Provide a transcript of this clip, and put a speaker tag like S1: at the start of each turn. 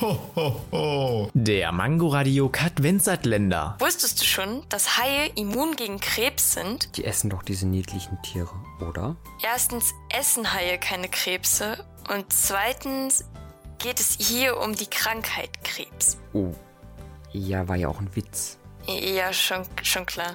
S1: Ho, ho, ho. Der Mangoradiokat Katvensatländer.
S2: Wusstest du schon, dass Haie immun gegen Krebs sind?
S3: Die essen doch diese niedlichen Tiere, oder?
S2: Erstens essen Haie keine Krebse und zweitens geht es hier um die Krankheit Krebs.
S3: Oh, ja, war ja auch ein Witz.
S2: Ja, schon, schon klar.